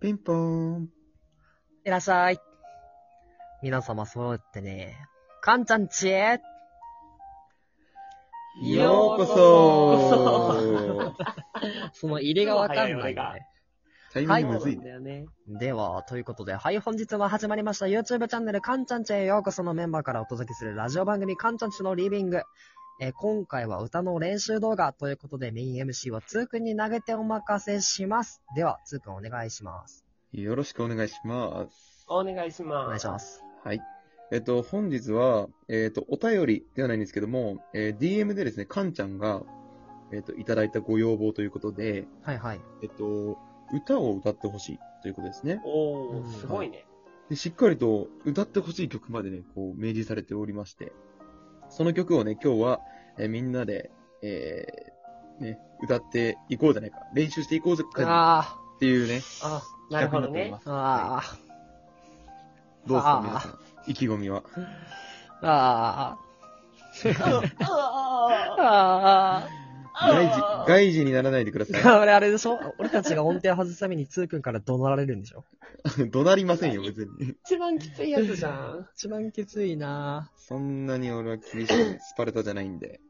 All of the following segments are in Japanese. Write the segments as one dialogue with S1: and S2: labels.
S1: ピンポーン。
S2: いらっしゃい。皆様揃ってね、かんちゃんちへ
S1: ようこそ
S2: その入れがわかんないよね。
S1: タイミ
S2: は
S1: ン
S2: い
S1: グむずい
S3: そうなん
S1: ね。
S3: だよね。
S2: では、ということで、はい、本日も始まりました YouTube チャンネル、かんちゃんちへようこそのメンバーからお届けするラジオ番組、かんちゃんちのリビング。えー今回は歌の練習動画ということで、メイン MC はつーくんに投げてお任せします。では、つーくんお願いします。
S1: よろしくお願いします。
S3: お願いします。
S2: お願いします。
S1: はい。えっと、本日は、えっと、お便りではないんですけども、えー DM でですね、かんちゃんが、えっと、いただいたご要望ということで、
S2: はいはい。
S1: えっと、歌を歌ってほしいということですね。
S3: お
S2: うん
S3: ー、すごいね。
S1: でしっかりと歌ってほしい曲までね、こう、明示されておりまして、その曲をね、今日は、えーみんなで、えーね、歌っていこうじゃないか。練習していこうぜか
S2: あ
S1: っていうね、
S3: あ、なるほどね。
S1: 企
S2: あ、
S1: 画になっております。はい
S2: あ
S1: どうですか
S2: あー
S1: 皆さん。意気込みは。
S2: あ、ああ、
S3: あ
S2: ああ。
S1: 外事、外事にならないでくださ
S2: 俺 あれでしょ俺たちが音程外すためにつーくんから怒鳴られるんでしょ
S1: い。 怒鳴りませんよ、別に。
S3: 一番きついやつじゃん。
S2: 一番きついな
S1: そんなに俺は厳しい、スパルタじゃないんで。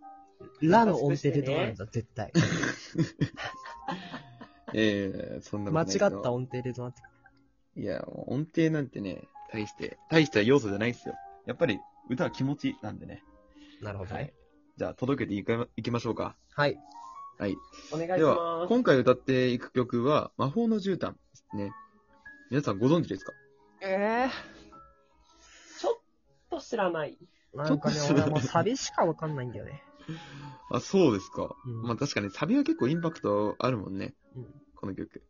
S2: ぁ。ラの音程で怒鳴るんだ、絶対。
S1: ええそんなことな
S2: 間
S1: い
S2: 違
S1: です
S2: っ
S1: よ
S2: た音程で怒鳴ってくる。
S1: いや、もう音程なんてね、大して、大した要素じゃないですよ。やっぱり、歌は気持ちなんでね。
S2: なるほど
S1: はい
S2: ね。。
S1: じゃあ、届けていかいきましょうか。
S2: はい。
S1: はい。
S3: お願いし
S1: では
S3: ま、す。
S1: 今回歌っていく曲は、魔法の絨毯ですね。皆さんご存知ですか
S2: え
S3: ちょっと知らない。
S2: ぇ、なんかね
S1: ちょっ、と
S2: 俺はもうサビしかわかんないんだよね。
S1: あ、そうですか。
S2: うん
S1: まあ確かにサビは結構インパクトあるもんね。
S2: うん
S1: この曲。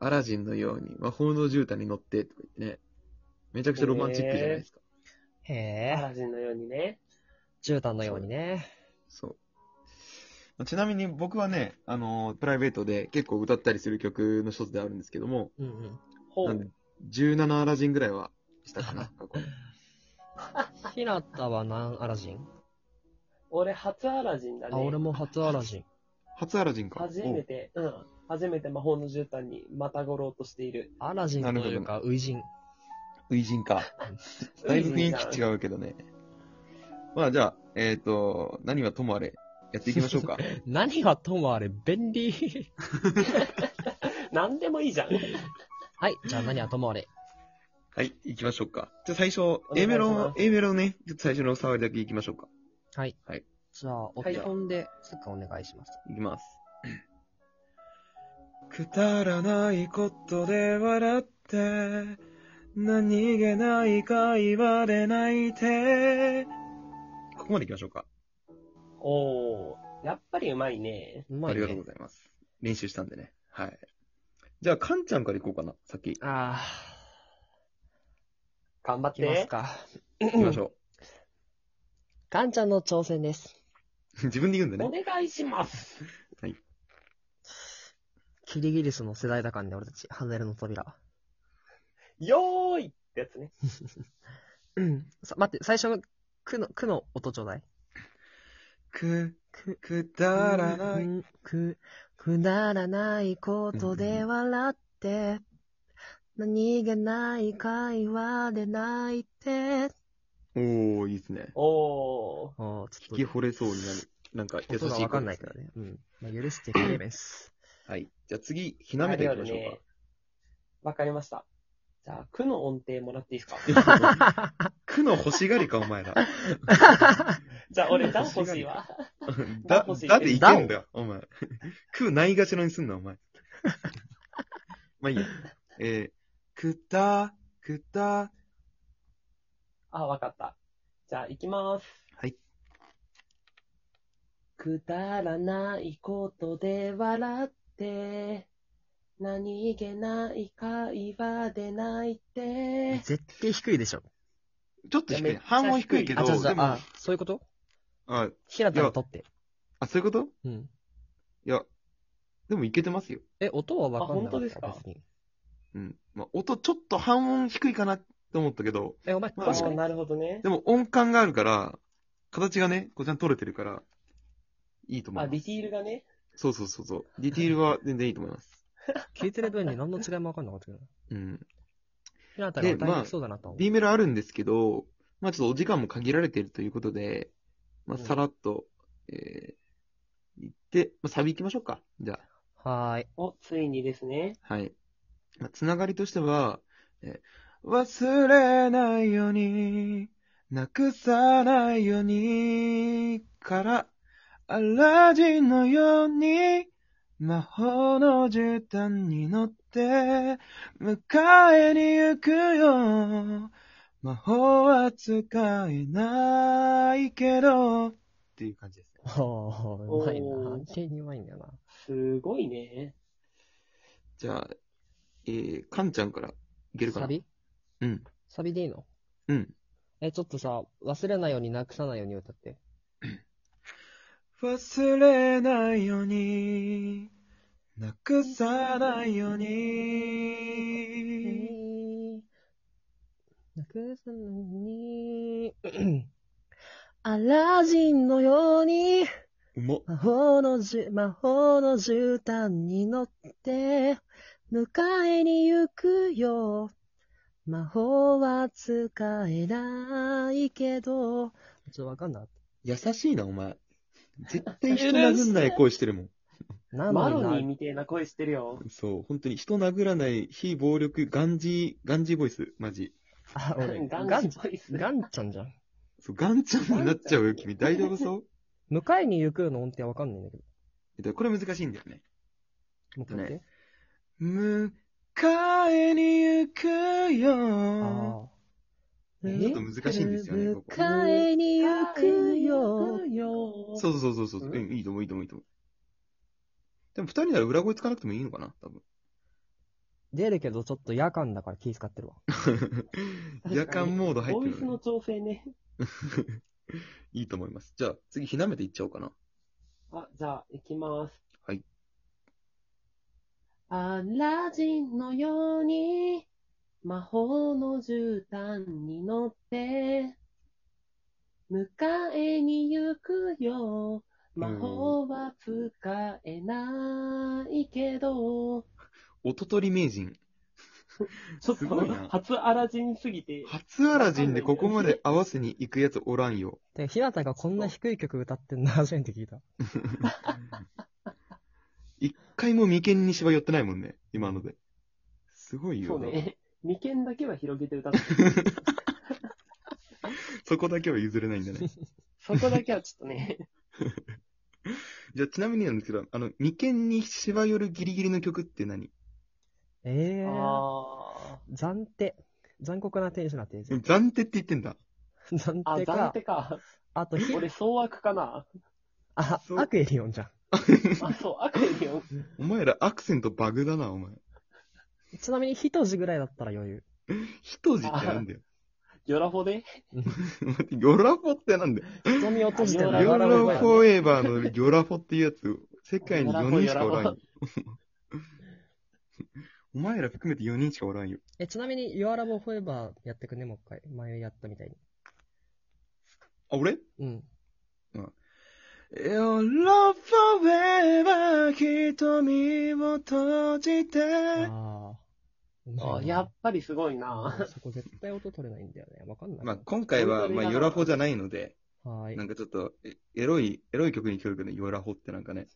S1: アラジンのように魔法の絨毯に乗ってとか言ってね。めちゃくちゃロマンチックじゃないですか。
S3: ア
S2: へぇ、
S3: ラジンのようにね。
S2: 絨毯のようにね。
S1: そう。まあちなみに僕はね、あのープライベートで結構歌ったりする曲の一つであるんですけども、
S2: うんうん。
S3: ほ
S1: なん
S3: う
S1: で。17アラジンぐらいはしたかな、過去に
S2: ひなたは何アラジン
S3: 俺、初アラジンだね。
S2: あ、俺も初アラジン。
S1: 初アラジンか。
S3: 初めて、うん。初めて魔法の絨毯にまたごろうとしている。
S2: アラジンというか、初陣。
S1: お初陣か。だいぶ雰囲気
S3: う。
S1: 違うけどね。まあじゃあ、えっ、と、何はともあれ、やっていきましょうか。
S2: 何はともあれ、便利。
S3: なんでもいいじゃん。
S2: はい、じゃあ何はともあれ。
S1: はい、行きましょうか。じゃあ最初、
S3: 願
S1: A
S3: いします
S1: メロを、A メロね、ちょっと最初の触りだけ行きましょうか。
S2: はい。
S1: はい。
S2: じゃあ、お手本で、つーくんお願いします。
S1: いきます。くだらないことで笑って、何気ない会話で泣いて。ここまで行きましょうか。
S3: おー、やっぱりうまいね。
S2: うま
S1: あ
S2: い
S1: りがとう
S2: ね
S1: ご。ざいます。練習したんでね。はい。じゃあ、かんちゃんから行こうかな、先。
S2: あ
S3: 頑張っ
S2: あ、いきます
S3: て。
S2: か。
S1: 行きましょ
S2: かんちゃんの挑戦です。
S1: う。自分で言うんだ
S3: お
S1: ね。
S3: 願いします。
S2: キリギリスの世代だからね、俺たち。ハンネルの扉。
S3: よーいってやつね。
S2: うん。さ待って、最初の、くの、くの音ちょうだい。
S1: く、く、く
S2: く
S1: だらない。。
S2: く、くだらないことで笑って、何気ない会話で泣いて。
S1: おー、いいですね。
S3: おー。
S2: あーち
S1: 聞
S2: ょっ
S1: き
S2: と、
S1: 惚れそうになる。なんか優しい
S2: 音が
S1: 声
S2: わかんないから
S1: ですね。
S2: ね。うん。まあ、許してくれます。
S1: はい。じゃあ次、ひなめていきましょ
S3: あるよねわかりました。じゃあ、区の音程もらっていい ですか
S1: うか。苦の欲しがりか、お前ら。
S3: じゃあ、俺、ダン欲しいわ。
S1: だ、
S3: ダ欲しい
S1: だっていけんだよ、お前。苦ないがしろにすんな、お前。まあいいや。えー、くだ、くだ、
S3: あ、わかった。じゃあ、行きます。
S1: はい。
S3: くだらないことで笑って、何気ない会話で泣いて、
S2: 絶対低いでしょ。
S1: ちょっと低
S3: めっ
S1: い。
S3: ちゃ
S1: 半音低いけど、
S2: あ、じゃあ、じゃ
S1: でも
S2: あ、あ、そういうこと
S1: あ、
S2: ひなたが取って。
S1: あ、そういうこと
S2: うん。
S1: いや、でもいけてますよ。
S2: え、音はわかんない。
S3: あ本当ですか
S2: 別に
S1: うん。まあ、音ちょっと半音低いかなって思ったけど、
S2: え、お前、
S1: まあ
S2: 詳し
S3: あ
S2: く
S3: ー
S2: ね
S3: なるほどね
S1: で。も音感があるから、形がね、こちらに取れてるから、いいと思い
S3: あ、
S1: ま
S3: デ
S1: す。
S3: ィティールがね。
S1: そうそうそうそう。ディティールは全然いいと思います。
S2: 聞いてる分に何の違いも分かんなかったけど。
S1: うん。
S2: ひなたが
S1: で
S2: 歌
S1: ま
S2: い
S1: あ
S2: にくそうだなとは思う
S1: B メロあるんですけど、まあちょっとお時間も限られているということで、まあ
S2: うん
S1: さらっと、えー、行って、まあサビ行きましょうか。じゃあ。
S2: はーい。
S3: お、ついにですね。
S1: はい。まあつながりとしては、えー忘れないように、なくさないように、から、アラジンのように、魔法の絨毯に乗って、迎えに行くよ。魔法は使えないけど、っていう感じですね。
S2: おー、うまいな
S3: お。ー
S2: 急にうまいんだよな。
S3: すごいね。
S1: じゃあ、えー、かんちゃんからいけるかな
S2: サビ
S1: うん。
S2: サビでいいの
S1: うん。
S2: え、ちょっとさ、忘れないようになくさないように歌って。
S1: 忘れないように、なくさないように。
S2: なくさないように、 アラジンのように、
S1: うまっ。
S2: 魔法のじゅ、魔法の絨毯に乗って、迎えに行くよ。魔法は使えないけど、ちょっとわかんなかっ
S1: 優しいな、お前。絶対人殴んない声して るもん。
S2: た。な
S3: マ
S2: の
S3: ロニー
S2: に
S3: みたいな声してるよ。
S1: そう、本当に人殴らない、非暴力、ガンジー、ガンジーボイス、マジ。
S2: な、あ、 俺、
S3: ガン
S2: ガン
S3: ジ、ボイス。
S2: ガンちゃんじゃん。
S1: そう、ガンちゃんになっちゃうよ、君。大丈夫そう
S2: 迎えに行くよの音程はわかんないんだけど。
S1: えっとこれ難しいんだよね。
S2: もう一回言って。
S1: 迎えに行くよ。
S2: ああ。
S1: ちょっと難しいんですよねここ
S2: 迎えに行くよ。
S3: 行くよ
S1: そうそうそうそうそう、
S3: うん
S1: うん、いいと思う、いいと思う、いいと思う。でも二人なら裏声つかなくてもいいのかな、多分。
S2: 出るけど、ちょっと夜間だから気使ってるわ。
S1: 夜間モード入
S3: ボイ
S1: って
S3: ス
S1: る、ね
S3: の。調整ね。
S1: いいと思います。じゃあ、次、ひなめていっちゃおうかな。
S3: あ、じゃあ、行きます。
S1: はい。
S3: アラジンのように、魔法の絨毯に乗って、迎えに行くよ。魔法は使えないけど、
S1: おととり名人。
S3: ちょっ
S1: す
S3: と
S1: ごいな
S3: 初アラジンすぎて、
S1: 初アラジンでここまで合わせに行くやつおらんよ。
S2: で、ひなたがこんな低い曲歌ってんの初めて聞いた。
S1: 一回も眉間にしわ寄ってないもんね、今ので。すごい
S3: そ
S1: よ
S3: う
S1: な。
S3: ね、眉間だけは広げて歌って、
S1: そこだけは譲れないんだね。
S3: そこだけはちょっとね、
S1: じゃあ、ちなみになんですけど、あの、眉間にしわ寄るギリギリの曲って何
S2: ええー、
S3: あ
S2: 暫定。残酷な天使な定時。
S1: 暫定って言ってんだ。
S2: 暫
S3: ーあ、
S2: 定
S3: 暫
S2: か
S3: 定。か。
S2: あと、ひ、
S3: 俺、総悪か な。
S2: あ、
S1: そう
S2: アクエリオンじゃ
S3: あ、そう、アクエリオン。
S1: お前らアクセントバグだな、お前。
S2: ん。ちなみに、ひとじぐらいだったら余裕。
S1: ひとじってなんだよ。
S3: ヨラフォで
S1: 待って ヨラフォってなんだよ。
S2: 瞳を閉じてな
S3: あ
S1: ヨ
S2: が
S1: ラ
S2: ら
S1: フ
S2: め
S1: ォ
S2: 声
S1: ーエバ
S2: だね。
S1: ーのヨラフォっていうやつ、世界に4人しかおらんよ。 お前ら含めて4人しかおらんよ。
S2: え、ちなみに、You Are Love Forever やってくね、もう一回。前やったみたいに。
S1: あ、俺
S2: うん。
S1: ヨラフォーエバー瞳を閉じて。
S2: ああ。
S3: あやっぱりすごいな。
S2: そこ絶対音取れないんだよね。わかんない。
S1: まあ、今回は、まあ、ヨラフォじゃないので、
S2: はーい
S1: なん。かちょっと、えエロい、エロい曲に聞こえるけど、ヨラフォってなんかね。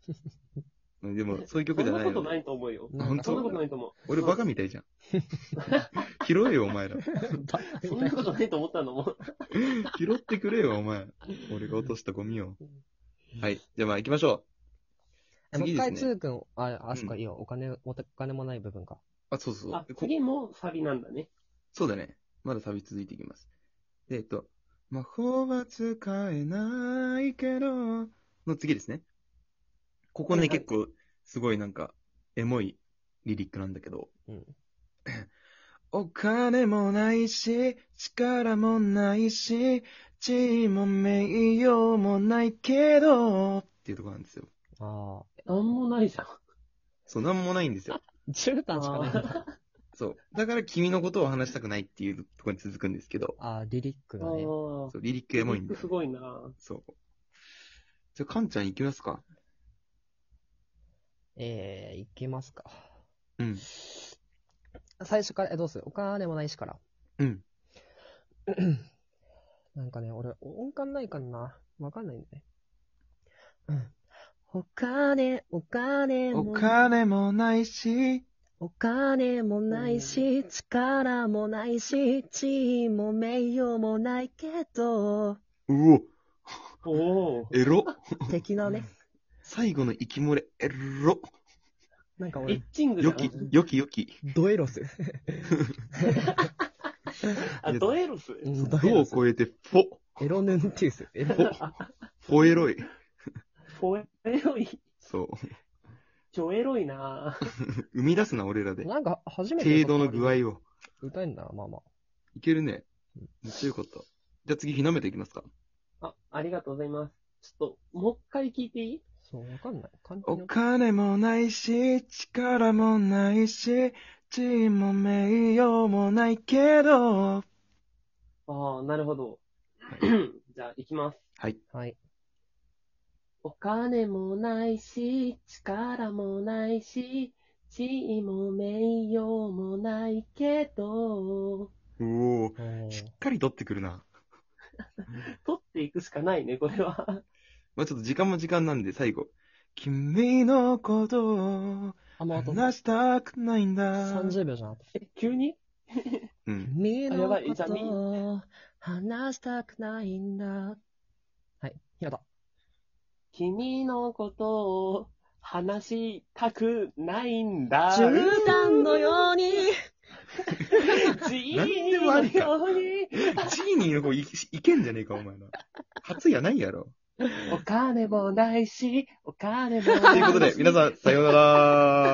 S1: でも、そういう
S3: そ
S1: 曲じゃ
S3: んな
S1: ない
S3: こ
S1: の
S3: と
S1: で
S3: ないと思うよ。
S1: 本当
S3: そんなことないと思
S1: 俺バカみた いじゃん。拾えよ、お前ら。
S3: う。そんなことないと思ったのも。
S1: 拾ってくれよ、お前。俺が落としたゴミを。はい。じゃあまあ行きましょ
S2: えもう
S1: 次
S2: 一
S1: です
S2: 回、
S1: ね
S2: つーくん、あれ、あそっか、いいよ。お金、お金もない部分か。
S1: う。あ、そうそうそ
S3: あ
S1: う。、こ
S3: 次もサビなんだね。
S1: そうだね。まだ旅続いていきます。でえっと、魔法は使えないけど、の次ですね。ここ
S3: は
S1: ね、
S3: いはい
S1: 結構、すごいなんか、エモいリリックなんだけど。
S2: うん。
S1: お金もないし、力もないし、地位も名誉もないけど、っていうとこなんですよ。
S2: あ
S3: なんもないじゃん。
S1: そう、なんもないんですよ。
S2: あ。絨毯しかないんだ。
S1: そう。だから君のことを話したくないっていうとこに続くんですけど、
S2: ああ、リリックがね。
S1: そ
S3: あ
S1: うリリックエモいん
S3: ー
S1: ですす。
S3: ごいな。
S1: そう。じゃあ、かんちゃん行きますか。
S2: えー、いきますか。
S1: うん。
S2: 最初から、え、どうするお金もないしから。
S1: うん。
S2: なんかね、俺、音感ないかな。わかんないんだね。うん。お金、お金
S1: お
S2: も、
S1: 金もないし、
S2: お金もないし、力もないし、地位も名誉もないけど、
S1: うお、
S3: おお。
S1: エロ。
S2: 的なね。
S1: 最後の息漏れ、エロ。
S2: なんか
S3: エッ
S2: 俺、
S3: チングじゃ
S1: よ
S3: ん
S1: き、よきよき。
S2: ドエロス。
S3: あ、ドエロス。
S2: うんドエ
S1: ド
S2: ロ
S1: を
S2: ス。
S1: 超えて、フォ、
S2: エロヌンティウス。エロ
S1: フォ、フォエロい。
S3: フォエロい。
S1: そう。
S3: ジョエロいなぁ
S1: 生み出すな、俺らで。
S2: なんか、初めて。
S1: 程度の具。合を。
S2: 歌えんな、まあまあ。
S1: いけるね
S2: う。
S1: めっちゃよかった。じゃあ次、ひなめていきますか。
S3: あ、ありがとうございます。ちょっと、もう一回聞いていい
S2: そう、わかんない。簡単
S1: お
S2: に。
S1: 金もないし、力もないし、地位も名誉もないけど。は
S3: ああ、なるほど。
S1: い。
S3: じゃあ、行きます。
S1: はい。
S2: はい。
S3: お金もないし、力もないし、地位も名誉もないけど、
S1: うおー
S2: お
S1: し
S2: ー
S1: っかり取ってくるな。
S3: 取っていくしかないね、こ れは。
S1: まあちょっと時間も時間なんで、最後。君のことを
S2: あ、もうあと
S1: 話したくないんだ。
S2: 30秒じゃん。
S3: え、急に
S1: うん。
S2: 君
S3: あや
S2: の
S3: ばい
S2: こ
S3: 痛
S2: と
S3: み
S2: を話したくないんだ。はい、ひなた。
S3: 君のことを話したくないんだ。
S2: 絨毯のように。
S3: 自由
S1: 何でもありか
S3: のように
S1: ジーニーの方いいけんじゃねえか、お前な。初やないやろ。
S3: お金もないし、お金も
S1: と
S3: ないいう
S1: ことで、皆さん、さようなら。